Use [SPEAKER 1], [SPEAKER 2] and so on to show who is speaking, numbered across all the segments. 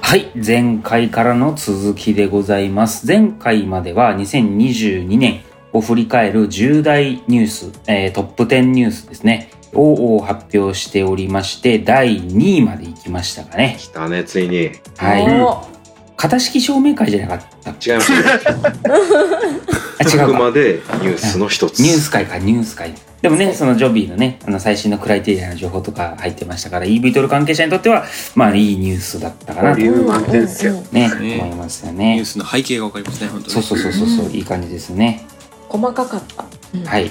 [SPEAKER 1] はい。前回からの続きでございます。前回までは2022年を振り返る重大ニュース、えートップ10ニュースですね。を発表しておりまして、第2位まで行きましたかね。
[SPEAKER 2] 来たね、ついに。違い
[SPEAKER 1] はい。
[SPEAKER 3] おー
[SPEAKER 1] 型式証明会じゃなかったっけ
[SPEAKER 2] ま したね。
[SPEAKER 1] あ、
[SPEAKER 2] あ
[SPEAKER 1] 違
[SPEAKER 2] く
[SPEAKER 1] うか。
[SPEAKER 2] までニュースの一つ。
[SPEAKER 1] ニュース会か、ニュース会。でもね、そのジョビーのね、あの最新のクライテリアの情報とか入ってましたから、EV トル関係者にとっては、まあいいニュースだったかなと
[SPEAKER 2] ボリューム満点ですよ
[SPEAKER 3] うんうんうん
[SPEAKER 1] ね、
[SPEAKER 4] ね
[SPEAKER 1] 思いますよ
[SPEAKER 4] ニュー
[SPEAKER 1] ね。
[SPEAKER 4] スの背景がわかりますね、本当
[SPEAKER 1] そう
[SPEAKER 4] に。
[SPEAKER 1] そうそうそうそう、いい感じですね。
[SPEAKER 3] 細かかった。うん
[SPEAKER 1] はい。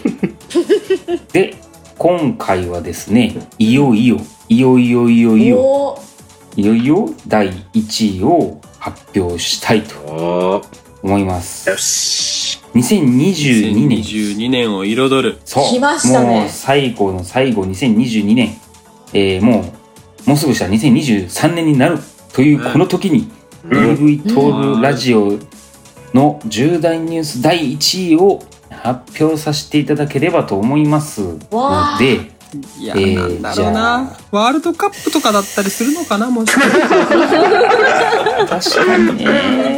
[SPEAKER 1] で、今回はですね、いよいよ、いよいよいよいよ、
[SPEAKER 3] おー
[SPEAKER 1] いよいよ第1位を発表したいと
[SPEAKER 2] お
[SPEAKER 1] 思います。
[SPEAKER 2] よし。
[SPEAKER 1] 2022年。
[SPEAKER 4] 2022年を彩る。
[SPEAKER 1] そう。
[SPEAKER 3] 来ましたね
[SPEAKER 1] もう最後の最後、2022年。えー、もう、もうすぐしたら2023年になるというこの時に、
[SPEAKER 2] うん
[SPEAKER 1] AV トールラジオの重大ニュース第1位を発表させていただければと思いますの
[SPEAKER 3] わあ
[SPEAKER 1] で、
[SPEAKER 4] いや、
[SPEAKER 1] えー
[SPEAKER 4] なんだろう
[SPEAKER 1] じゃあ
[SPEAKER 4] な。ワールドカップとかだったりするのかな、もしかして。
[SPEAKER 1] 確かにね。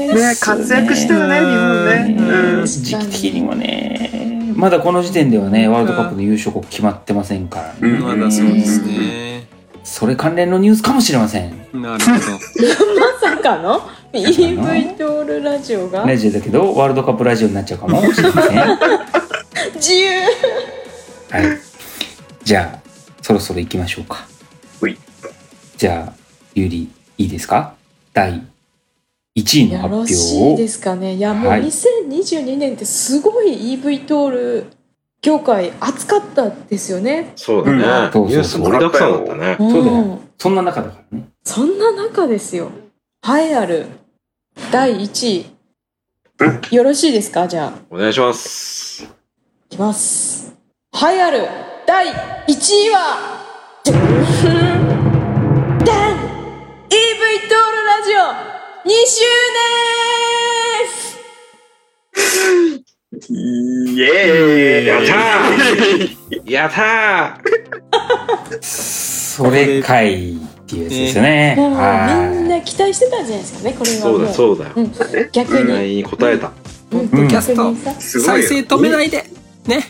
[SPEAKER 5] ね活躍したよね日本ね
[SPEAKER 1] ね
[SPEAKER 5] うん
[SPEAKER 1] 時期的にもね、まだこの時点ではね、ワールドカップの優勝国決まってませんからね。
[SPEAKER 4] まだそうですね。
[SPEAKER 1] それ関連のニュースかもしれません。
[SPEAKER 4] なるほど。
[SPEAKER 3] まさかの EV トールラジオが
[SPEAKER 1] ラジオだけど、ワールドカップラジオになっちゃうかもしれません。はい。
[SPEAKER 3] 自由
[SPEAKER 1] じゃあ、そろそろ行きましょうか。
[SPEAKER 2] ほい
[SPEAKER 1] じゃあ、ゆり、いいですか第1位の
[SPEAKER 3] よろ
[SPEAKER 1] 発表
[SPEAKER 3] しい
[SPEAKER 1] を
[SPEAKER 3] で。すかねいやもう
[SPEAKER 1] はい
[SPEAKER 3] 2022年ってすごい EV トール業界熱かったですよね。
[SPEAKER 2] そうだね。
[SPEAKER 1] うん
[SPEAKER 2] ニュース盛りだくさんだったね。
[SPEAKER 1] そうだよ
[SPEAKER 3] ん
[SPEAKER 1] そんな中だからね。
[SPEAKER 3] そんな中ですよ。栄えある第1位。よろしいですかじゃあ、
[SPEAKER 2] お願いします。
[SPEAKER 3] いきます。栄えある第1位は、ダン !EV トールラジオ !2 周
[SPEAKER 5] イエーイ
[SPEAKER 2] やったー やったー
[SPEAKER 1] それかいっていうやつですよね。
[SPEAKER 3] 年もうみん
[SPEAKER 1] は
[SPEAKER 3] な期待してたんじゃないですかね、これはも
[SPEAKER 2] そうだ、そうだよ。
[SPEAKER 3] うん、逆
[SPEAKER 2] 意
[SPEAKER 3] に。
[SPEAKER 2] 外に答えた。
[SPEAKER 3] うん
[SPEAKER 1] ポッドキ
[SPEAKER 4] ャスト
[SPEAKER 3] 逆にさ
[SPEAKER 5] すごい
[SPEAKER 4] 再
[SPEAKER 5] よ
[SPEAKER 4] 生止めないで。ね。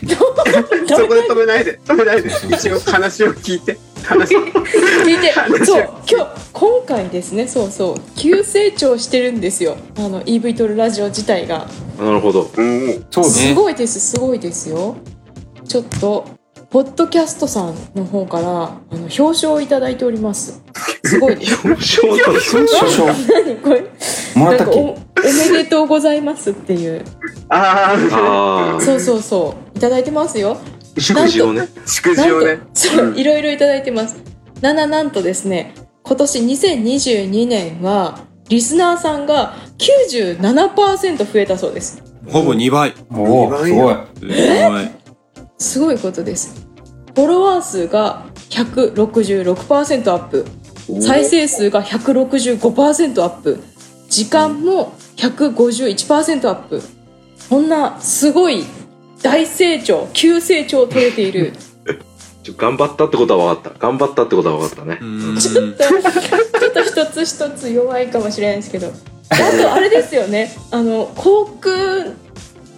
[SPEAKER 5] そこで止めないで止めないで一応話を聞いて話を
[SPEAKER 3] 聞いてそう今日今回ですねそうそう急成長してるんですよあの EV トルラジオ自体が
[SPEAKER 2] なるほど。
[SPEAKER 1] い。そうだ
[SPEAKER 3] す
[SPEAKER 1] ね。
[SPEAKER 3] ごいですすごいですよちょっとポッドキャストさんの方からあの表彰をいただいておりますすごいです
[SPEAKER 2] 表彰だね
[SPEAKER 1] 少々
[SPEAKER 3] 何これ
[SPEAKER 1] も
[SPEAKER 3] な
[SPEAKER 1] らっ
[SPEAKER 3] ん
[SPEAKER 1] たっ
[SPEAKER 3] か
[SPEAKER 1] け
[SPEAKER 3] おおめでとうございますっていう
[SPEAKER 5] あ
[SPEAKER 2] ああ、
[SPEAKER 3] そうそうそういただいてますよ
[SPEAKER 2] 祝辞をね。
[SPEAKER 5] あ祝
[SPEAKER 3] な
[SPEAKER 5] 辞
[SPEAKER 3] ん
[SPEAKER 5] をね
[SPEAKER 3] とそううんいろいろいただいてますなななんとですね今年2022年はリスナーさんが97%増えたそうです
[SPEAKER 4] ほぼ2倍。す
[SPEAKER 1] おお、すごい。
[SPEAKER 4] ごい。
[SPEAKER 3] すごいことですフォロワー数が166%アップ再生数が165%アップ時間も151%アップこんなすごい大成長急成長を遂げている
[SPEAKER 2] ちょ頑張ったってことは分かった。頑張ったってことは分かったね
[SPEAKER 4] う。ーん
[SPEAKER 3] ちょっと、ちょっと一つ一つ弱いかもしれないですけど。あと、あれですよね。あの、航空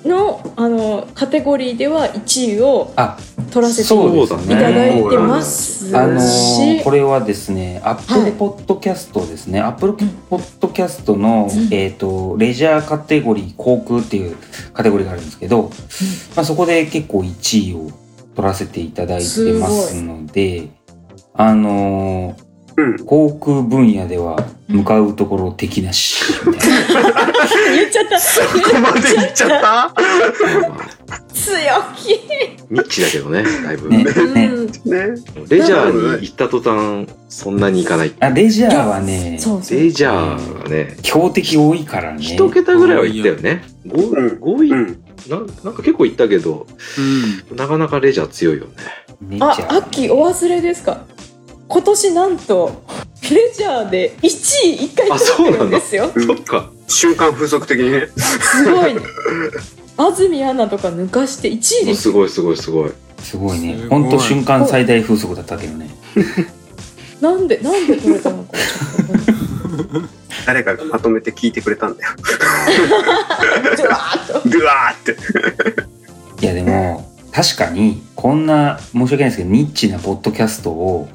[SPEAKER 3] の、あの、カテゴリーでは1位を
[SPEAKER 1] あ、
[SPEAKER 3] 取らせてい
[SPEAKER 1] そうです
[SPEAKER 2] そう
[SPEAKER 1] ね。
[SPEAKER 2] だ
[SPEAKER 3] ただいてますし、
[SPEAKER 1] あのーこれはですね、Apple Podcast ですね、Apple Podcast の、
[SPEAKER 3] うん
[SPEAKER 1] えっ、と、レジャーカテゴリー、航空っていうカテゴリーがあるんですけど、まあ、そこで結構1位を取らせていただいてますので、あのー
[SPEAKER 5] うん
[SPEAKER 1] 航空分野では向かうところ敵なし、みたいな。
[SPEAKER 3] 言っちゃった。
[SPEAKER 5] ここまで行っちゃっ
[SPEAKER 2] まあ
[SPEAKER 3] 強気。
[SPEAKER 2] ニッチだけどね、だいぶ。
[SPEAKER 1] ね
[SPEAKER 3] うん
[SPEAKER 5] たね
[SPEAKER 2] レジャーに行った途端、そんなに行かない。
[SPEAKER 1] あレジャーはね、
[SPEAKER 3] そうそう。
[SPEAKER 2] レジャーがね、
[SPEAKER 1] 強敵多いからね。
[SPEAKER 2] 一桁ぐらいは行ったよね。
[SPEAKER 5] うん
[SPEAKER 2] 5、五位
[SPEAKER 5] う
[SPEAKER 2] なん
[SPEAKER 5] ん
[SPEAKER 2] なんか結構行ったけど、
[SPEAKER 4] うん
[SPEAKER 2] なかなかレジャー強いよね。
[SPEAKER 1] レジャ
[SPEAKER 3] あ
[SPEAKER 1] ー、
[SPEAKER 3] 秋お忘れですか。今年なんと、レジャーで1位1回取ってるんですよ。
[SPEAKER 5] うん
[SPEAKER 2] そっか。
[SPEAKER 5] 瞬間風速的にね
[SPEAKER 3] すごいね。安住アナとか抜かして1位です
[SPEAKER 2] すごいすごいすごい。
[SPEAKER 1] すごいね
[SPEAKER 4] す。ご
[SPEAKER 1] ほ
[SPEAKER 4] い
[SPEAKER 1] んと瞬間最大風速だったけどね。
[SPEAKER 3] なんでなんで取れたのかちょっとわかんない
[SPEAKER 5] 誰かがまとめて聞いてくれたんだよ。
[SPEAKER 3] ドワーッと
[SPEAKER 5] ドゥワーって。
[SPEAKER 1] いやでも確かにこんな申し訳ないですけどニッチなポッドキャストを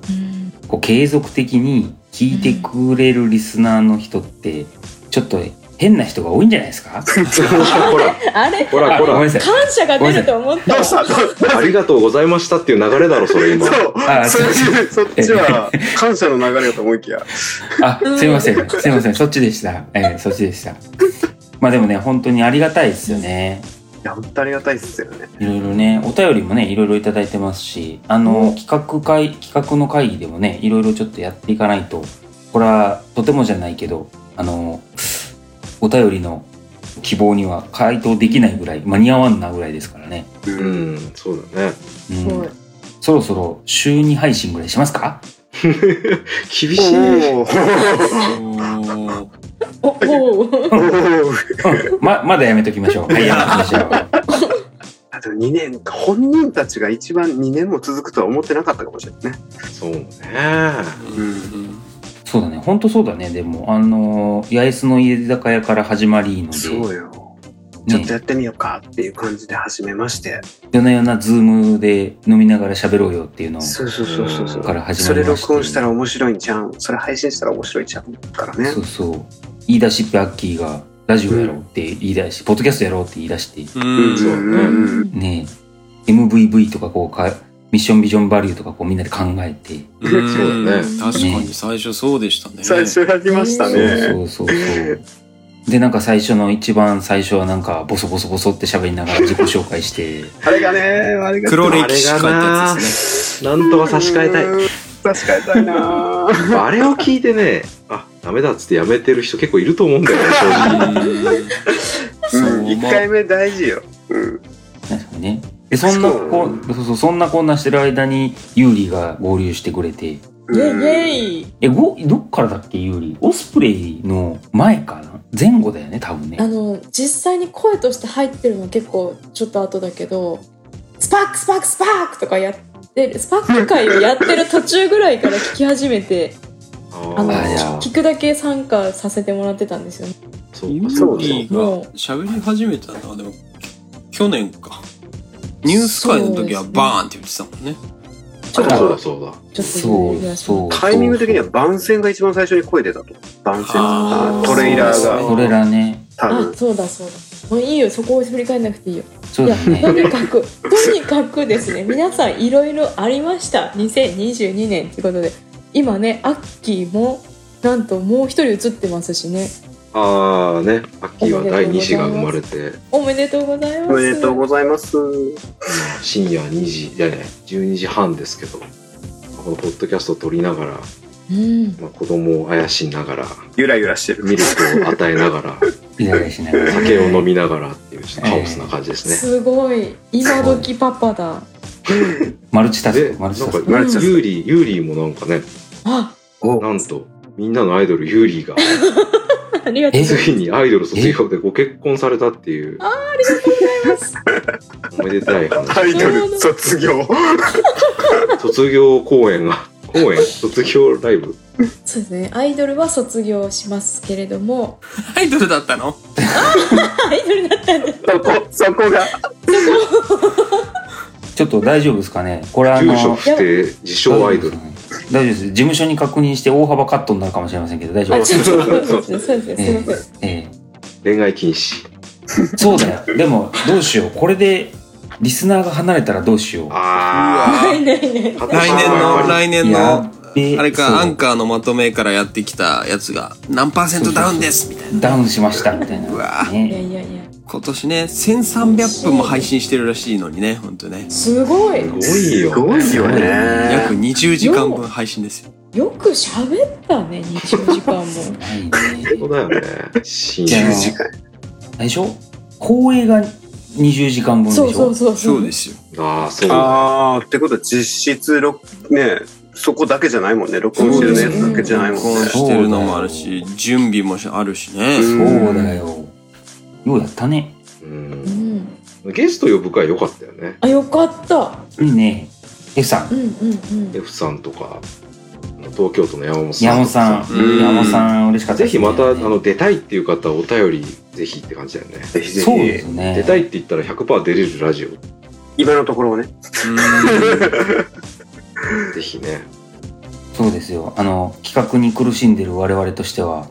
[SPEAKER 1] こう継続的に聞いてくれるリスナーの人ってちょっと変な人が多いんじゃないですか
[SPEAKER 2] ほら、
[SPEAKER 3] あれ
[SPEAKER 2] ほら、
[SPEAKER 1] あ
[SPEAKER 2] ほ
[SPEAKER 1] ごめん
[SPEAKER 2] ら
[SPEAKER 1] な、さい
[SPEAKER 3] 感謝が出ると思った
[SPEAKER 5] どうしたどうした
[SPEAKER 2] ありがとうございましたっていう流れだろ、それ今。
[SPEAKER 5] そう
[SPEAKER 1] あ
[SPEAKER 5] そっち、そっちは感謝の流れだと思いきや。
[SPEAKER 1] あすいませんすいませんそっちでしたえーそっちでしたまあでもね本当にありがたいですよね
[SPEAKER 5] いや、本当ありがたいっすよね。
[SPEAKER 1] いろいろねお便りもねいろいろいただいてますしあの、企画会企画の会議でもねいろいろちょっとやっていかないとこれはとてもじゃないけどあのお便りの希望には回答できないぐらい間に合わんなぐらいですからね、
[SPEAKER 5] う
[SPEAKER 2] う。ん、そうだね。
[SPEAKER 1] うん
[SPEAKER 3] すごい
[SPEAKER 1] そろそろ週2配信ぐらいしま すか
[SPEAKER 2] 厳しい。
[SPEAKER 5] おー
[SPEAKER 4] お
[SPEAKER 3] おおう
[SPEAKER 5] おー
[SPEAKER 1] うんままだやめときまし ょう。はい、やめときましょう。
[SPEAKER 5] あと2年か。本人たちが一番2年も続くとは思ってなかったかもしれないね。
[SPEAKER 2] そうね。
[SPEAKER 4] うん
[SPEAKER 1] そうだね、ほんとそうだね。でも、あの、八重洲の家酒屋から始まりので、
[SPEAKER 5] そうよ。ちょっと
[SPEAKER 1] ね、
[SPEAKER 5] やってみようかっていう感じで始めまして。
[SPEAKER 1] 夜な夜なズームで飲みながら喋ろうよっていうの
[SPEAKER 5] そうそうそうそうそう。
[SPEAKER 1] から始
[SPEAKER 5] そ
[SPEAKER 1] まり
[SPEAKER 5] れ
[SPEAKER 1] まして
[SPEAKER 5] 録音したら面白いんちゃうん。それ配信したら面白いんちゃうんからね
[SPEAKER 1] そ。うそう。言い出しっぺアッキーが、ラジオやろうって言い出し、ポッドキャストやろうって言い出して、
[SPEAKER 4] う
[SPEAKER 5] うん
[SPEAKER 4] ん
[SPEAKER 5] う
[SPEAKER 4] そ
[SPEAKER 5] んうんうん。
[SPEAKER 1] ねえ、MVV とかこうか、ミッションビジョンバリューとかこうみんなで考えて、
[SPEAKER 4] うん
[SPEAKER 2] だね
[SPEAKER 4] 確かに最初そうでしたね。
[SPEAKER 5] 最初やりましたね。
[SPEAKER 1] そうそうそうそう。で、なんか最初の一番最初はなんかボソボソボソって喋りながら自己紹介して、
[SPEAKER 5] あれがね、あれが。
[SPEAKER 4] 黒歴史書いたやつですね。
[SPEAKER 2] なんとか差し替えたい。
[SPEAKER 5] い。差し替えたいなー、
[SPEAKER 2] あれを聞いてね、あ、ダメだっつってやめてる人結構いると思うんだよね、正直。
[SPEAKER 4] そううん思う
[SPEAKER 5] 1回目大事よ。うん。
[SPEAKER 1] 確かにね。で、そんな
[SPEAKER 5] そう
[SPEAKER 1] こ、そうそう、そんなこんなしてる間にユーリが合流してくれて、
[SPEAKER 3] イェ
[SPEAKER 5] イ。
[SPEAKER 3] イイェイ
[SPEAKER 1] え、ご、どっからだっけ、ユーリオスプレイの前かな前後だよね、多分ね。
[SPEAKER 3] あの実際に声として入ってるの結構ちょっと後だけどスパークスパークスパークとかやってるスパーク会をやってる途中ぐらいから聞き始めてあの
[SPEAKER 1] あいや
[SPEAKER 3] 聞くだけ参加させてもらってたんですよね
[SPEAKER 2] そう
[SPEAKER 4] ユ
[SPEAKER 2] か、
[SPEAKER 4] ー
[SPEAKER 2] そうか。
[SPEAKER 4] リー
[SPEAKER 3] も
[SPEAKER 4] が喋り始めたのはでも去年か。ニュース会の時はバーンって言ってたもんね。
[SPEAKER 3] ちょっ
[SPEAKER 2] そうだ、
[SPEAKER 3] と
[SPEAKER 2] そう
[SPEAKER 3] ち
[SPEAKER 2] だ。
[SPEAKER 3] ょっと
[SPEAKER 1] そう、そう。
[SPEAKER 5] タイミング的には
[SPEAKER 1] そう
[SPEAKER 5] 番宣が一番最初に声出たと。番宣
[SPEAKER 4] あ
[SPEAKER 5] あ
[SPEAKER 4] ー
[SPEAKER 5] トレーラー
[SPEAKER 1] そうト
[SPEAKER 5] が
[SPEAKER 1] レーラーね。
[SPEAKER 5] 多
[SPEAKER 3] あ
[SPEAKER 5] 分。
[SPEAKER 3] そうだそうだもういいよそこを振り返んなくていいよ
[SPEAKER 1] そう
[SPEAKER 3] いや
[SPEAKER 1] だ
[SPEAKER 3] と
[SPEAKER 1] ね。
[SPEAKER 3] にかくとにかくですね皆さんいろいろありました2022年ってことで今ねアッキーもなんともう一人映ってますしね
[SPEAKER 2] ああね、アッキーは第2子が生まれて、
[SPEAKER 3] おめでとうございます
[SPEAKER 5] おめでとうございます。
[SPEAKER 2] 深夜2時、じゃね、12時半ですけど、このポッドキャストを撮りながら、
[SPEAKER 3] うん
[SPEAKER 2] まあ、子供をあやしながら、
[SPEAKER 5] ゆらゆらしてる。
[SPEAKER 2] ミルクを与えなが ら、
[SPEAKER 1] イライラしながら。
[SPEAKER 2] 酒を飲みながらっていう、ちょっとカオスな感じですね。
[SPEAKER 3] すごい今時パパだ
[SPEAKER 1] マルチタス
[SPEAKER 2] で、
[SPEAKER 1] ク、
[SPEAKER 2] な
[SPEAKER 1] マ
[SPEAKER 2] ん
[SPEAKER 1] ルチ
[SPEAKER 2] か、ユ
[SPEAKER 1] タスク。
[SPEAKER 3] マルチタスク
[SPEAKER 2] ーリー、ユーリーもなんかね、
[SPEAKER 3] あ
[SPEAKER 5] お
[SPEAKER 2] なんと、みんなのアイドル、ユーリーが、
[SPEAKER 3] ありがとうござ
[SPEAKER 2] ついにアイドル卒業でご結婚されたっていう、
[SPEAKER 3] います
[SPEAKER 2] おめでたい話。
[SPEAKER 5] タイトル卒業。
[SPEAKER 2] 卒業公演が、公演卒業ライブ。
[SPEAKER 3] そうですねアイドルは卒業しますけれども
[SPEAKER 4] アイドルだったの
[SPEAKER 3] アイドルだったんだ
[SPEAKER 5] そこ、そこが。
[SPEAKER 1] ちょっと大丈夫ですかねこれあの、
[SPEAKER 2] 住所不定、自称アイド
[SPEAKER 1] 大
[SPEAKER 2] ル。
[SPEAKER 1] 丈夫です。事務所に確認して大幅カットになるかもしれませんけど、大丈夫
[SPEAKER 3] あ
[SPEAKER 1] で
[SPEAKER 3] ち
[SPEAKER 1] す
[SPEAKER 3] ょっ。と
[SPEAKER 2] そう
[SPEAKER 3] そうですねそうですねすいません
[SPEAKER 1] ええ
[SPEAKER 2] 恋愛禁止。
[SPEAKER 1] そうだよ。でも、どうしよう。これで、リスナーが離れたらどうしよう。
[SPEAKER 2] あ
[SPEAKER 3] ないないない
[SPEAKER 2] あ。
[SPEAKER 4] 来年の来年
[SPEAKER 1] や
[SPEAKER 4] の
[SPEAKER 1] っべ
[SPEAKER 4] あれ
[SPEAKER 1] そう
[SPEAKER 4] かアンカーのまとめからやってきたやつが何パーセントダウンですみたいな
[SPEAKER 1] ダウンしました、みたいな。
[SPEAKER 4] うわ
[SPEAKER 3] いや
[SPEAKER 1] ね、
[SPEAKER 3] いやいや
[SPEAKER 4] 今年ね1300分も配信してるらしいのにね本当ね
[SPEAKER 3] すごい
[SPEAKER 2] すごいよ。
[SPEAKER 5] すごいよ
[SPEAKER 4] 約
[SPEAKER 5] ね。
[SPEAKER 4] 20時間分配信ですよ
[SPEAKER 3] よく喋ったね20時間も
[SPEAKER 1] ないね。
[SPEAKER 2] そうだよね。深
[SPEAKER 1] いや
[SPEAKER 2] 夜
[SPEAKER 5] 10時間。
[SPEAKER 1] あれでしょ公映が20時間分でし
[SPEAKER 3] そ
[SPEAKER 1] ょ
[SPEAKER 3] うそうそう
[SPEAKER 4] そうですすよ
[SPEAKER 2] ああ、そうだ。
[SPEAKER 5] あー、ってことは実質、ろね、そこだけじゃないもんね。録音してるやつだけじゃないもん
[SPEAKER 4] 録音
[SPEAKER 5] ね。
[SPEAKER 4] してるのもあるし準備もあるしね
[SPEAKER 5] うん
[SPEAKER 1] そうだよ。ようやったね。
[SPEAKER 2] うん。
[SPEAKER 3] ん
[SPEAKER 2] ゲスト呼ぶ会良かったよね。
[SPEAKER 3] あよかった
[SPEAKER 1] いいね。F さん。
[SPEAKER 3] うんうんうん
[SPEAKER 2] F さんとか、東京都の山本さん。
[SPEAKER 1] 山本さん、
[SPEAKER 4] うん
[SPEAKER 1] 山本さん嬉しかった
[SPEAKER 2] ぜ
[SPEAKER 1] です
[SPEAKER 2] ひ
[SPEAKER 1] ね
[SPEAKER 2] また、あの、出たいっていう方、お便り、ぜひって感じだよね。
[SPEAKER 5] ぜひぜ
[SPEAKER 1] そうで
[SPEAKER 5] ひ
[SPEAKER 1] す、ね。
[SPEAKER 2] 出たいって言ったら100%出れるラジオ。
[SPEAKER 5] 今のところをね、
[SPEAKER 2] ぜひね。
[SPEAKER 1] そうですよ。あの、企画に苦しんでる我々としては、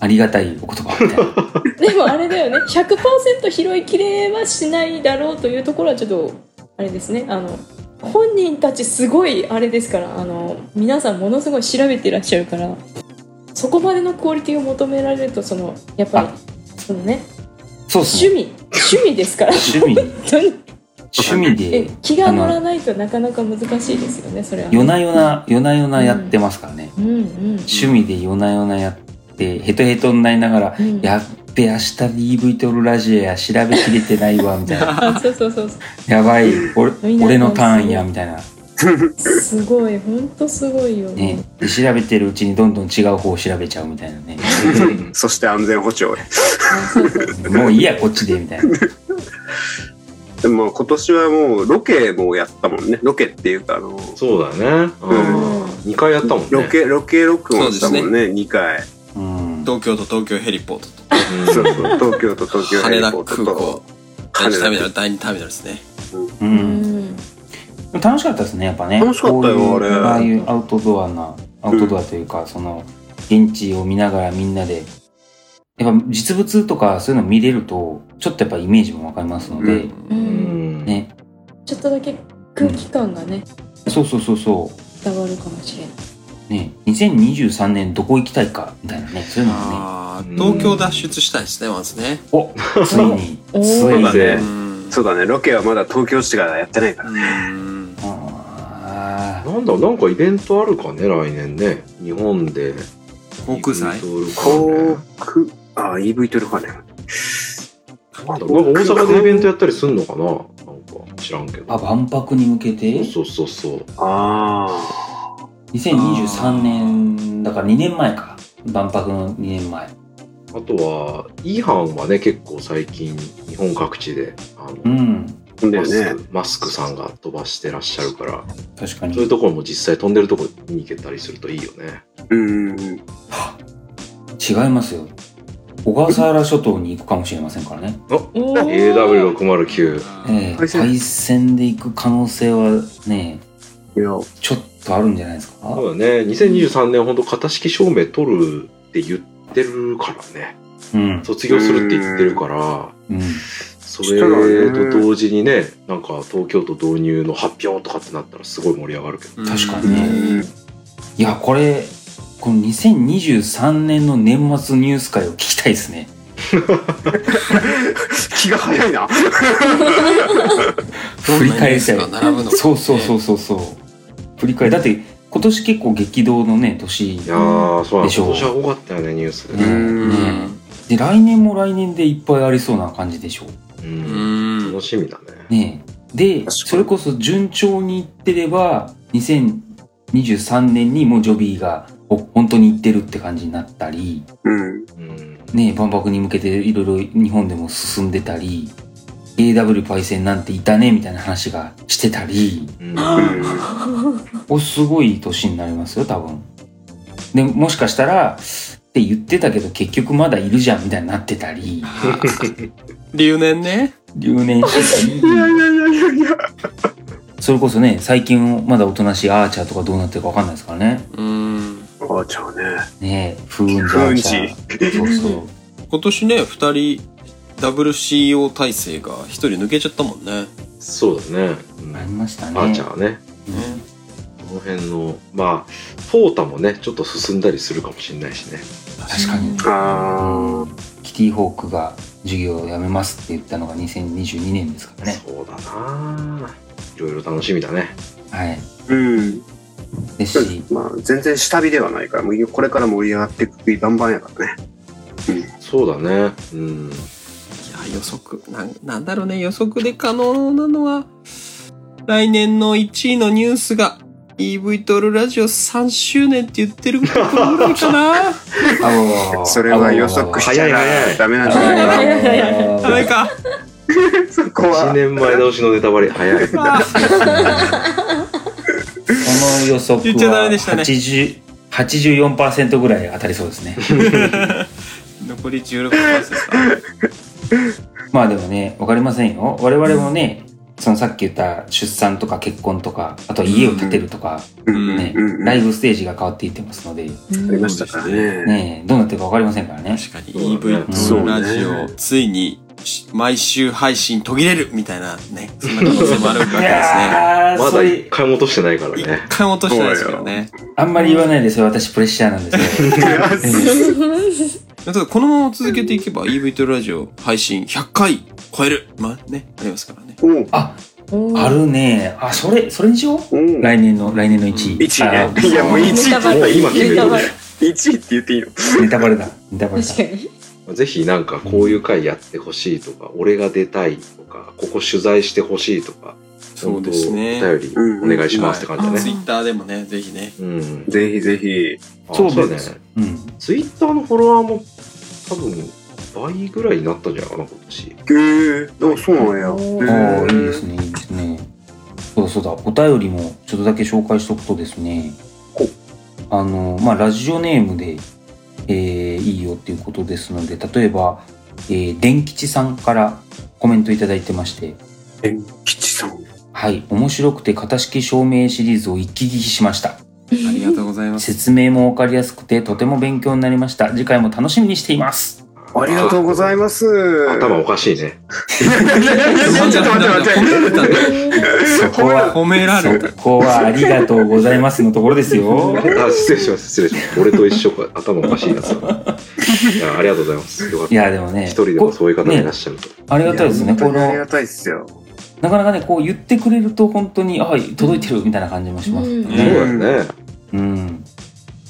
[SPEAKER 1] ありがたいお言葉みたいな。
[SPEAKER 3] でもあれだよね100%拾いきれはしないだろうというところはちょっとあれですねあの本人たちすごいあれですからあの皆さんものすごい調べていらっしゃるからそこまでのクオリティを求められるとそのやっぱりそのね
[SPEAKER 1] そうです
[SPEAKER 3] 趣
[SPEAKER 1] ね。
[SPEAKER 3] 味趣味です から
[SPEAKER 1] 趣味、
[SPEAKER 3] 本当に
[SPEAKER 1] 趣味
[SPEAKER 3] え
[SPEAKER 1] で、
[SPEAKER 3] 気が乗らないとなかなか難しいですよねそれは。
[SPEAKER 1] 夜な夜な、夜な夜なやってますからね。
[SPEAKER 3] うんうん
[SPEAKER 1] 趣味で夜な夜なやって、ヘトヘトになりながら、
[SPEAKER 3] うん
[SPEAKER 1] やっべ、明日 DV 撮るラジオや、調べきれてないわ、みたい な。
[SPEAKER 3] あそうそうそうそう
[SPEAKER 1] やばい、俺
[SPEAKER 3] みんな
[SPEAKER 1] 俺のターンや、みたいな。
[SPEAKER 3] すごい本当すごいよね
[SPEAKER 1] ね、で調べてるうちにどんどん違う方を調べちゃうみたいなね。
[SPEAKER 5] そして安全保障へ。
[SPEAKER 3] あそうそうそう
[SPEAKER 1] もういいや、こっちで、みたいな。
[SPEAKER 5] でも今年はもうロケもやったもんね。ロケっていうか、あの、
[SPEAKER 2] そうだね。う
[SPEAKER 3] うん
[SPEAKER 2] ん。2回やったもんね。
[SPEAKER 5] ロケ、ロケ録音したも
[SPEAKER 4] そ
[SPEAKER 5] んね、2回。
[SPEAKER 1] うん。
[SPEAKER 4] 東京都東京ヘリポートと
[SPEAKER 2] うん
[SPEAKER 5] そうそう、東京と東京ヘ
[SPEAKER 4] 羽
[SPEAKER 5] リ
[SPEAKER 4] 田
[SPEAKER 5] ポート
[SPEAKER 4] 空
[SPEAKER 5] と
[SPEAKER 4] 港。第二タ
[SPEAKER 5] 羽田
[SPEAKER 4] ーミナル第二ターミナルですね
[SPEAKER 3] う
[SPEAKER 1] う。
[SPEAKER 3] んん
[SPEAKER 1] 楽しかったですねやっぱね
[SPEAKER 5] 楽しかったよ
[SPEAKER 1] こういう
[SPEAKER 5] あれ
[SPEAKER 1] ああいうアウトドアなアウトドアというか、その現地を見ながらみんなでやっぱ実物とかそういうの見れるとちょっとやっぱイメージもわかりますので、
[SPEAKER 3] う
[SPEAKER 2] うんん。
[SPEAKER 1] ね
[SPEAKER 3] ちょっとだけ空気感がね、
[SPEAKER 1] そうそうそうそ
[SPEAKER 3] 伝わるかもしれない。
[SPEAKER 1] うね2023年どこ行きたいかみたいなねそういうのもね
[SPEAKER 4] あ
[SPEAKER 2] うん
[SPEAKER 4] ー東京脱出したいですねまずね
[SPEAKER 1] おついに
[SPEAKER 3] おー
[SPEAKER 1] つ
[SPEAKER 3] そう
[SPEAKER 1] い
[SPEAKER 5] だ
[SPEAKER 1] に、
[SPEAKER 5] ね
[SPEAKER 4] うん
[SPEAKER 5] そうだね、ロケはまだ東京市がやってないから。
[SPEAKER 4] うん
[SPEAKER 1] あ
[SPEAKER 2] なんだ、なんかイベントあるかね、来年ね。日本で。
[SPEAKER 4] 航空祭
[SPEAKER 2] イベン
[SPEAKER 5] 航
[SPEAKER 2] ト
[SPEAKER 5] 空、あ、EV トルかね。
[SPEAKER 2] あるかねなんか大阪でイベントやったりすんのかななんか知らんけ
[SPEAKER 1] ーあ
[SPEAKER 2] ど。
[SPEAKER 1] 万博に向けて
[SPEAKER 2] そうそうそう。
[SPEAKER 5] あ
[SPEAKER 1] 2023年だから2年前か万博の2年前
[SPEAKER 2] あとは、イーハンはね、結構最近、日本各地で、あの、
[SPEAKER 1] うん
[SPEAKER 5] あ。だ
[SPEAKER 2] マス
[SPEAKER 5] よね。
[SPEAKER 2] クマスクさんが飛ばしてらっしゃるから、
[SPEAKER 1] 確かに
[SPEAKER 2] そういうところも実際飛んでるところに行けたりするといいよね。
[SPEAKER 5] うん。
[SPEAKER 1] 違いますよ小笠原諸島に行くかもしれませんからね、
[SPEAKER 3] おー
[SPEAKER 2] AW609。
[SPEAKER 1] ええ
[SPEAKER 5] 海鮮
[SPEAKER 1] 海鮮で行く可能性はね
[SPEAKER 5] いや、
[SPEAKER 1] ちょっとあるんじゃないですか、
[SPEAKER 2] そうだね、2023年ほんと型式証明取るって言ってるからね。
[SPEAKER 1] うん
[SPEAKER 2] 卒業するって言ってるから、
[SPEAKER 1] うん、
[SPEAKER 2] それと同時にね、なんか東京都導入の発表とかってなったらすごい盛り上がるけど。
[SPEAKER 1] 確か
[SPEAKER 5] う
[SPEAKER 1] にね
[SPEAKER 5] ん。
[SPEAKER 1] いやこれこの2023年の年末ニュース会を聞きたいですね
[SPEAKER 5] 気が早いな。
[SPEAKER 1] 振り返りたい
[SPEAKER 4] どんなニュースが並ぶのか
[SPEAKER 1] そうそうそうそうそう振り返りだって今年結構激動のね年
[SPEAKER 2] いやー、そうなん
[SPEAKER 1] でしょう
[SPEAKER 2] 今年は多かったよね、ニュースで
[SPEAKER 1] う
[SPEAKER 2] ね。
[SPEAKER 1] んで来年も来年でいっぱいありそうな感じでしょ
[SPEAKER 2] う。
[SPEAKER 4] うんん
[SPEAKER 2] 楽しみだね。
[SPEAKER 1] ねえで
[SPEAKER 5] かに
[SPEAKER 1] それこそ順調にいってれば2023年にもうジョビーがお本当にいってるって感じになったり、
[SPEAKER 5] うん。
[SPEAKER 2] うん。
[SPEAKER 1] ねえ、万博に向けていろいろ日本でも進んでたり AW パイセンなんていたねみたいな話がしてたり
[SPEAKER 2] うん
[SPEAKER 1] おすごい年になりますよ多分。でもしかしたらって言ってたけど結局まだいるじゃんみたいになってたり
[SPEAKER 4] 留年ね
[SPEAKER 1] 留年してたり。
[SPEAKER 5] い やいやいやいや。
[SPEAKER 1] それこそね最近まだおとなしいアーチャーとかどうなってるかわかんないですからね
[SPEAKER 4] うん
[SPEAKER 5] ああ、ちゃうね。
[SPEAKER 1] ねえ風雲児アーチャーそうそう
[SPEAKER 4] 今年ね二人 WCO 体制が一人抜けちゃったもんね
[SPEAKER 2] そうだね。うん
[SPEAKER 1] ありましたね
[SPEAKER 2] あーちゃんはね。
[SPEAKER 1] うん
[SPEAKER 2] この辺の、まあ、フォータもね、ちょっと進んだりするかもしれないしね。
[SPEAKER 1] 確かに
[SPEAKER 5] あ
[SPEAKER 1] キティホークが授業をやめますって言ったのが2022年ですからね
[SPEAKER 2] そうだないろいろ楽しみだね。
[SPEAKER 1] はい
[SPEAKER 5] あ。うん。
[SPEAKER 1] ですし
[SPEAKER 5] まあ、全然下火ではないから、もうこれから盛り上がっていくバンバンやからね。
[SPEAKER 2] そうだね。うん。
[SPEAKER 4] いや予測なんなんだろうね予測で可能なのは来年の1位のニュースが EV トールラジオ3周年って言ってることぐらいか な
[SPEAKER 1] あわ
[SPEAKER 5] それは予測しちゃ
[SPEAKER 2] あわわわわ
[SPEAKER 5] ダ メなんじゃ
[SPEAKER 1] あ
[SPEAKER 5] ない
[SPEAKER 1] わ
[SPEAKER 5] か
[SPEAKER 1] わ
[SPEAKER 5] な
[SPEAKER 1] わわ
[SPEAKER 4] ダメか
[SPEAKER 5] そこ
[SPEAKER 2] 1
[SPEAKER 5] は。
[SPEAKER 2] 年前倒しのネタバレ早い。
[SPEAKER 4] あ
[SPEAKER 1] この予測
[SPEAKER 4] 言っちゃダメ
[SPEAKER 1] は
[SPEAKER 4] でしたね
[SPEAKER 1] 80 84%ぐらい当たりそうですね。
[SPEAKER 4] 残り16%。
[SPEAKER 1] まあでもね、わかりませんよ。我々もね、そのさっき言った出産とか結婚とか、あとは家を建てるとか、
[SPEAKER 4] うん
[SPEAKER 1] ね、
[SPEAKER 5] うんうん
[SPEAKER 1] ライブステージが変わっていってますので、
[SPEAKER 5] ありましたからね。
[SPEAKER 1] ね、どうなってるかわかりませんからね。
[SPEAKER 4] 確かに
[SPEAKER 1] そう
[SPEAKER 4] EV
[SPEAKER 1] ね
[SPEAKER 4] ラジオ、ついにし毎週配信途切れるみたいなね、そんな可能性もあるわけ
[SPEAKER 1] い
[SPEAKER 4] ですね。
[SPEAKER 1] やー、
[SPEAKER 2] ま
[SPEAKER 1] そ
[SPEAKER 2] だ
[SPEAKER 1] れ
[SPEAKER 2] 一回も落としてないから
[SPEAKER 4] 一
[SPEAKER 2] ね。
[SPEAKER 4] 回も落としてないですけどね。
[SPEAKER 1] あんまり言わないですよ。私プレッシャーなんですよ。
[SPEAKER 4] ただこのまま続けていけば EV トラジオ配信100回超えるまあね、ありますからね。
[SPEAKER 5] おう
[SPEAKER 1] あ、
[SPEAKER 3] うん
[SPEAKER 1] あるね。あ、それ、それにしよう。
[SPEAKER 5] おう
[SPEAKER 1] 来年の、来年の1位。
[SPEAKER 5] 一位ね
[SPEAKER 1] あ
[SPEAKER 5] いやもう
[SPEAKER 3] ネ
[SPEAKER 5] 一位
[SPEAKER 3] タバレ
[SPEAKER 2] もう今決め
[SPEAKER 3] ネ
[SPEAKER 2] て
[SPEAKER 3] タ
[SPEAKER 2] る
[SPEAKER 3] バレ
[SPEAKER 5] 1位って言っていいの
[SPEAKER 1] ネタバレだ。ネタバレだ
[SPEAKER 3] 確。かに
[SPEAKER 2] ぜひなんかこういう回やってほしいとか、俺が出たいとか、ここ取材してほしいとか、
[SPEAKER 4] そうですね。
[SPEAKER 2] 本当お便りお願いしますって感じだ
[SPEAKER 4] ツイ
[SPEAKER 2] ね。
[SPEAKER 4] ッターでもね、ぜひね。
[SPEAKER 2] うん。
[SPEAKER 5] ぜひぜひ。
[SPEAKER 2] あ
[SPEAKER 1] そう
[SPEAKER 2] そう
[SPEAKER 1] で
[SPEAKER 2] ね。
[SPEAKER 1] すうん。
[SPEAKER 2] ツイッターのフォロワーも多分倍ぐらいになったんじゃないかな、今年。
[SPEAKER 5] えー、あ、そうなんや。
[SPEAKER 3] お
[SPEAKER 1] ああ、いいです
[SPEAKER 5] ね。
[SPEAKER 1] ね、いいですね。そうだそうだ、お便りもちょっとだけ紹介しとくとですね
[SPEAKER 5] ほう、
[SPEAKER 1] あの、まあ、ラジオネームで、えーいいよっていうことですので、例えば、えー、電吉さんからコメントいただいてまして、
[SPEAKER 5] 天吉さん。
[SPEAKER 1] はい、面白くて型式証明シリーズを一気聞きしました。
[SPEAKER 4] ありがとうござ います。
[SPEAKER 1] 説明もわかりやすくて、とても勉強になりました。次回も楽しみにしています。
[SPEAKER 5] ありがとうございます。
[SPEAKER 2] 頭おかしいね。
[SPEAKER 5] いやいやいやいやちょっと待って待って
[SPEAKER 4] 褒められたね
[SPEAKER 1] そこは、
[SPEAKER 4] 褒められた。
[SPEAKER 1] そこはありがとうございますのところですよ。
[SPEAKER 2] あ失礼します失礼します俺と一緒か頭おかしいやつだいやありがとうございますよかっ
[SPEAKER 1] い
[SPEAKER 2] た
[SPEAKER 1] や、でもね、
[SPEAKER 2] 一人でもそういう方がいらっしゃると、
[SPEAKER 1] ありがたいですね。
[SPEAKER 5] や
[SPEAKER 1] こ
[SPEAKER 5] 本当にあ
[SPEAKER 1] の
[SPEAKER 5] りがたいっすよ。
[SPEAKER 1] なかなかね、こう言ってくれると本当に、あ、届いてるみたいな感じもします
[SPEAKER 3] うん
[SPEAKER 2] そう
[SPEAKER 1] ね。
[SPEAKER 2] だよね
[SPEAKER 1] うん。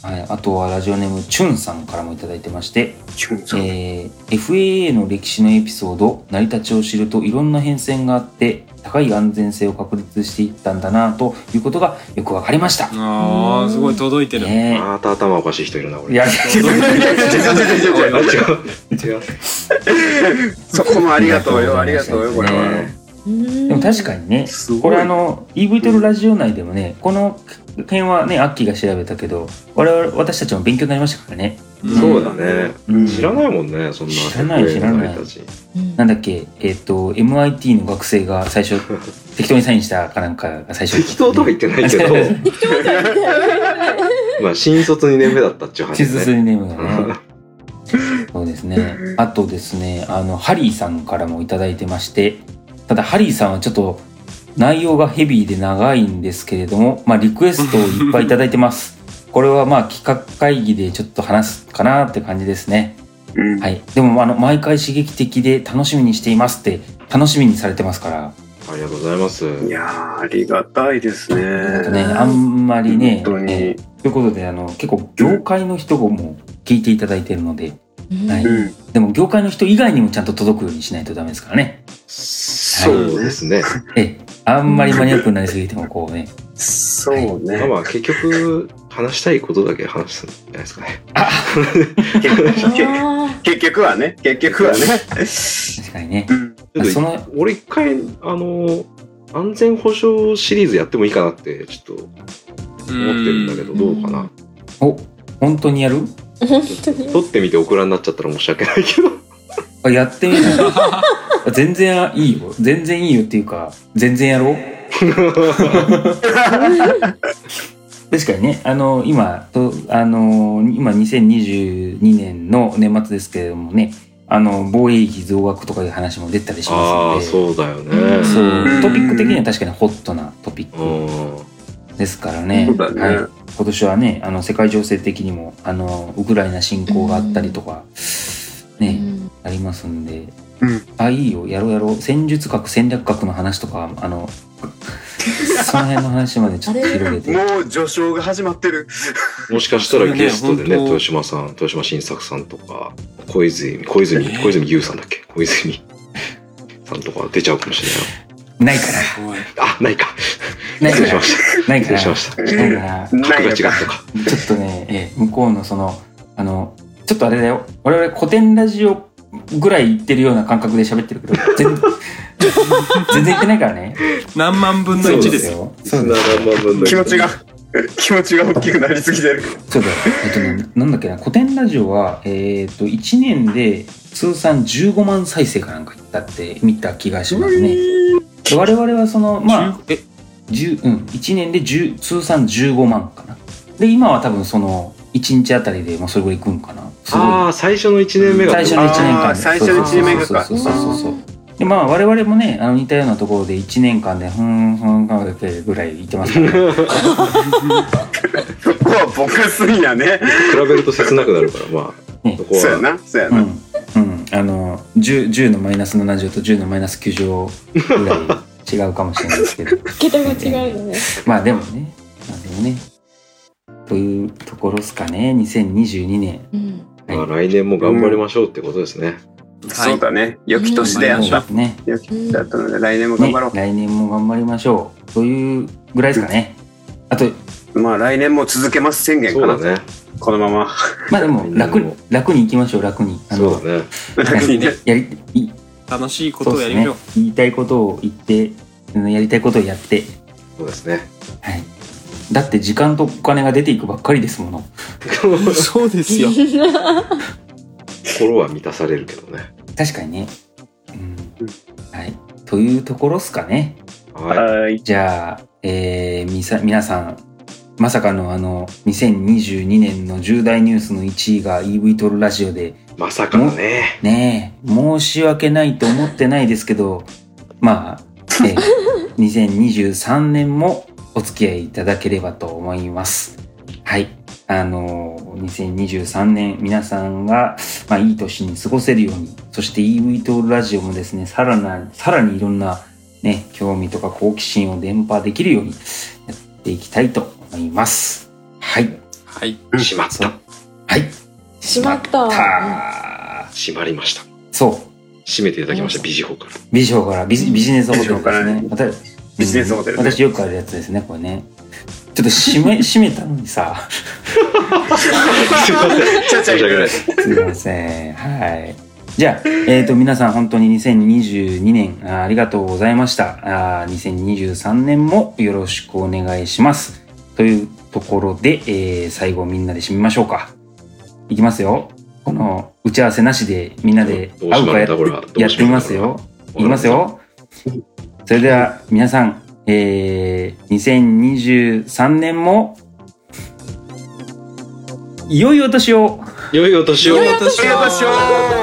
[SPEAKER 1] はい、あとはラジオネームチュンさんからもいただいてまして、
[SPEAKER 5] キュンさん。
[SPEAKER 1] えー FAA の歴史のエピソード成り立ちを知るといろんな変遷があって高い安全性を確立していったんだなということがよくわかりました。
[SPEAKER 4] ああ、すごい届いてる。
[SPEAKER 1] ね
[SPEAKER 2] また頭おかしい人いるな
[SPEAKER 1] えい
[SPEAKER 2] 俺
[SPEAKER 1] やい
[SPEAKER 2] あ違う
[SPEAKER 4] おいおい
[SPEAKER 2] 違う
[SPEAKER 5] そこもありがとうよ、ありがとうよ、これは。
[SPEAKER 1] ね
[SPEAKER 3] うん
[SPEAKER 1] でも確かにね、
[SPEAKER 5] すごい。
[SPEAKER 1] これあの EV トルラジオ内でもね、この件はねアッキーが調べたけど我々私たちも勉強になりましたからね、
[SPEAKER 4] うん
[SPEAKER 2] そうだね、
[SPEAKER 1] うん
[SPEAKER 2] 知らないもんねそんな
[SPEAKER 1] 知らない知らない
[SPEAKER 2] たち
[SPEAKER 3] うん
[SPEAKER 1] なんだっけ、えっ、と、MIT の学生が最初、適当にサインしたかなんかが最初。
[SPEAKER 2] 適当とは言ってないけど まあ新卒2年目だったっていう話
[SPEAKER 1] 地
[SPEAKER 2] ね
[SPEAKER 1] 図するネームが ね。そうですね。あとですね、あの、ハリーさんからもいただいてまして、ただハリーさんはちょっと内容がヘビーで長いんですけれども、まあリクエストをいっぱいいただいて ます。これはまあ企画会議でちょっと話すかなって感じですね。
[SPEAKER 5] うん
[SPEAKER 1] はい。でもあの、毎回刺激的で楽しみにしていますって、楽しみにされてますから、
[SPEAKER 2] ありがとうございます
[SPEAKER 5] いやー、ありがたいです
[SPEAKER 1] ちょっと
[SPEAKER 5] ね。
[SPEAKER 1] ね、あんまりね、
[SPEAKER 5] 本当に
[SPEAKER 1] えーということであの結構業界の人も聞いていただいているので、はい
[SPEAKER 5] うん。
[SPEAKER 1] でも業界の人以外にもちゃんと届くようにしないとダメですからね
[SPEAKER 2] そうですね
[SPEAKER 1] ええあんまりマニアックになりすぎてもこうね
[SPEAKER 5] そう
[SPEAKER 2] まあ
[SPEAKER 5] ね。
[SPEAKER 2] まあ結局話したいことだけ話すんじゃないですかね
[SPEAKER 3] あ
[SPEAKER 5] 結局はね、結局はね。
[SPEAKER 1] 確かにね
[SPEAKER 5] うん。
[SPEAKER 2] ちょっと
[SPEAKER 1] その
[SPEAKER 2] 俺一回あの安全保障シリーズやってもいいかなってちょっと思ってるんだけど
[SPEAKER 3] うん
[SPEAKER 2] どうかな
[SPEAKER 1] お本当にやる
[SPEAKER 3] ー本当に
[SPEAKER 2] 撮ってみてオクラになっちゃったら申し訳ないけど
[SPEAKER 1] あやってみない全然いいよ全然いいよっていうか全然や ろう確かにねあの今とあの今2022年の年末ですけれどもねあの防衛費増額とかいう話も出たりし
[SPEAKER 2] あ
[SPEAKER 1] ま
[SPEAKER 2] あ
[SPEAKER 1] すので
[SPEAKER 2] そうだよ
[SPEAKER 3] うん
[SPEAKER 2] ね
[SPEAKER 1] そう
[SPEAKER 4] うん
[SPEAKER 1] トピック的には確かにホットなトピ
[SPEAKER 2] う
[SPEAKER 1] ッ
[SPEAKER 2] ん
[SPEAKER 1] クですからね
[SPEAKER 5] そうだね
[SPEAKER 1] はい、今年はねあの世界情勢的にもあのウクライナ侵攻があったりとか、ね、ありますんで、
[SPEAKER 5] うん
[SPEAKER 1] あいいよやろうやろう戦術核戦略核の話とかあの その辺の話までちょっと広げて
[SPEAKER 5] もう序章が始まってる。
[SPEAKER 2] もしかしたらゲストで
[SPEAKER 4] それ
[SPEAKER 2] ね
[SPEAKER 4] ね
[SPEAKER 2] 豊島さん豊島新作さんとか小泉小泉
[SPEAKER 4] えー
[SPEAKER 2] 小泉優さんだっけ小泉さんとか出ちゃうかもしれな
[SPEAKER 1] な
[SPEAKER 2] い
[SPEAKER 1] いか
[SPEAKER 4] すごい。
[SPEAKER 2] あないか
[SPEAKER 1] なない
[SPEAKER 2] 失
[SPEAKER 1] か
[SPEAKER 2] 礼し
[SPEAKER 1] ら
[SPEAKER 2] ました
[SPEAKER 1] ないか
[SPEAKER 2] 失礼
[SPEAKER 1] ら
[SPEAKER 2] しました
[SPEAKER 1] ないから
[SPEAKER 5] な
[SPEAKER 2] 角が違
[SPEAKER 5] いの
[SPEAKER 2] っ
[SPEAKER 5] か。
[SPEAKER 2] たか
[SPEAKER 1] ちょっとね、ええ向こうのその、あの、ちょっとあれだよ。我々古典ラジオぐらい言ってるような感覚で喋ってるけど、全 全然言ってないからね。
[SPEAKER 4] 何万分の1ですよ。
[SPEAKER 1] よ。そ
[SPEAKER 2] 7
[SPEAKER 1] うですよ。
[SPEAKER 2] 万分の
[SPEAKER 5] 気持ちが。 気持ちが大きくなりすぎてる。
[SPEAKER 1] そうだ、えっとね、なんだっけな、古典ラジオは、えっと、1年で通算15万再生かなんかいったって見た気がしますね。で我々はその、まあ、
[SPEAKER 4] え、
[SPEAKER 1] 10うん、1年で10通算15万かな。で、今は多分その、1日あたりでもうそれぐらいいくんかな。すごい。
[SPEAKER 2] ああ最初の1年目が
[SPEAKER 1] 最初の1年間
[SPEAKER 5] あー
[SPEAKER 1] で
[SPEAKER 5] 最初の一年目がか
[SPEAKER 1] そうそうそうそうそうでまあ我々もねあの似たようなところで1年間でふーんふーんかけぐらい行ってますから、
[SPEAKER 5] そこは僕すんやね。
[SPEAKER 2] 比べると切なくなるからま
[SPEAKER 1] ね
[SPEAKER 2] あそこ
[SPEAKER 5] そうや
[SPEAKER 2] は
[SPEAKER 5] な、そうや
[SPEAKER 1] う
[SPEAKER 5] な。
[SPEAKER 1] ん、うん、あの 10, 10のマイナス70と10のマイナス90ぐらい違うかもしれないですけど
[SPEAKER 3] 桁が違うよね。
[SPEAKER 1] まあでもねまあでもねというところですかね2022年
[SPEAKER 3] うん。
[SPEAKER 2] まあ来年も頑張りましょうってことですね
[SPEAKER 5] そうだね。良き年で
[SPEAKER 4] や
[SPEAKER 5] あっ。
[SPEAKER 4] った
[SPEAKER 1] ね
[SPEAKER 5] 良き年だったので、来年も頑張ろ
[SPEAKER 1] ね来年も頑張りましょうというぐらいですかねあと
[SPEAKER 5] う。まあ来年も続けます宣言
[SPEAKER 2] そ
[SPEAKER 5] か
[SPEAKER 2] う
[SPEAKER 5] な。
[SPEAKER 2] だね
[SPEAKER 5] このまま。
[SPEAKER 1] まあでも楽に楽に行きましょう楽にあの
[SPEAKER 2] そうだ ね
[SPEAKER 5] 楽にね。
[SPEAKER 1] やりい
[SPEAKER 4] 楽しいこ
[SPEAKER 1] そ
[SPEAKER 4] と
[SPEAKER 1] う
[SPEAKER 4] を
[SPEAKER 1] で
[SPEAKER 4] や
[SPEAKER 1] す
[SPEAKER 4] り
[SPEAKER 1] ね
[SPEAKER 4] ましょう。
[SPEAKER 1] 言いたいことを言ってうんやりたいことをやって
[SPEAKER 2] そうですね
[SPEAKER 1] はいだって時間とお金が出ていくばっかりですもの
[SPEAKER 4] そうですよ。
[SPEAKER 2] 心は満たされるけどね
[SPEAKER 1] 確かにねうん
[SPEAKER 5] うん
[SPEAKER 1] はいというところっすかね
[SPEAKER 2] は
[SPEAKER 5] はい。
[SPEAKER 1] じゃあえー、みさ皆さんまさかのあの2022年の重大ニュースの1位が EV トルラジオで
[SPEAKER 2] いまさかのね
[SPEAKER 1] ねえ申し訳ないと思ってないですけどまあ、ええ2023年もお付き合いいただければと思いますはいあの2023年皆さんが、まあ、いい年に過ごせるようにそして EV トールラジオもですねさらなさらにいろんな、ね、興味とか好奇心を伝播できるようにやっていきたいと思いますはい
[SPEAKER 4] はい。
[SPEAKER 2] しまっ
[SPEAKER 1] そう
[SPEAKER 2] た
[SPEAKER 1] はい
[SPEAKER 3] しまった。
[SPEAKER 1] た
[SPEAKER 2] 閉まりました
[SPEAKER 1] そう
[SPEAKER 2] 閉めていただきました美女法から
[SPEAKER 1] ビジョンからビジビジネスホテル
[SPEAKER 5] ビジョンからね
[SPEAKER 1] ですね。私
[SPEAKER 5] ビジネスホテルね
[SPEAKER 1] うん私よくあるやつですね、これね。ちょっと閉め、閉めたのにさ。
[SPEAKER 2] すいません
[SPEAKER 5] ちゃちゃ
[SPEAKER 2] 申し訳
[SPEAKER 5] い
[SPEAKER 2] ない
[SPEAKER 5] る
[SPEAKER 2] で。す
[SPEAKER 1] すいません。はい。じゃあ、えっ、と、皆さん本当に2022年あーありがとうございました。あー2023年もよろしくお願いします。というところで、えー最後みんなで締めましょうか。いきますよ。この打ち合わせなしでみんなで
[SPEAKER 2] どう
[SPEAKER 1] 会
[SPEAKER 2] し
[SPEAKER 1] う
[SPEAKER 2] ま
[SPEAKER 1] かや
[SPEAKER 2] ん
[SPEAKER 1] っ
[SPEAKER 2] だこれはどうし
[SPEAKER 1] やってみますよ。いきますよ。それでは皆さん、えー、2023年も、良いお年を
[SPEAKER 2] 良いお年を
[SPEAKER 4] 私
[SPEAKER 5] ありがとうございました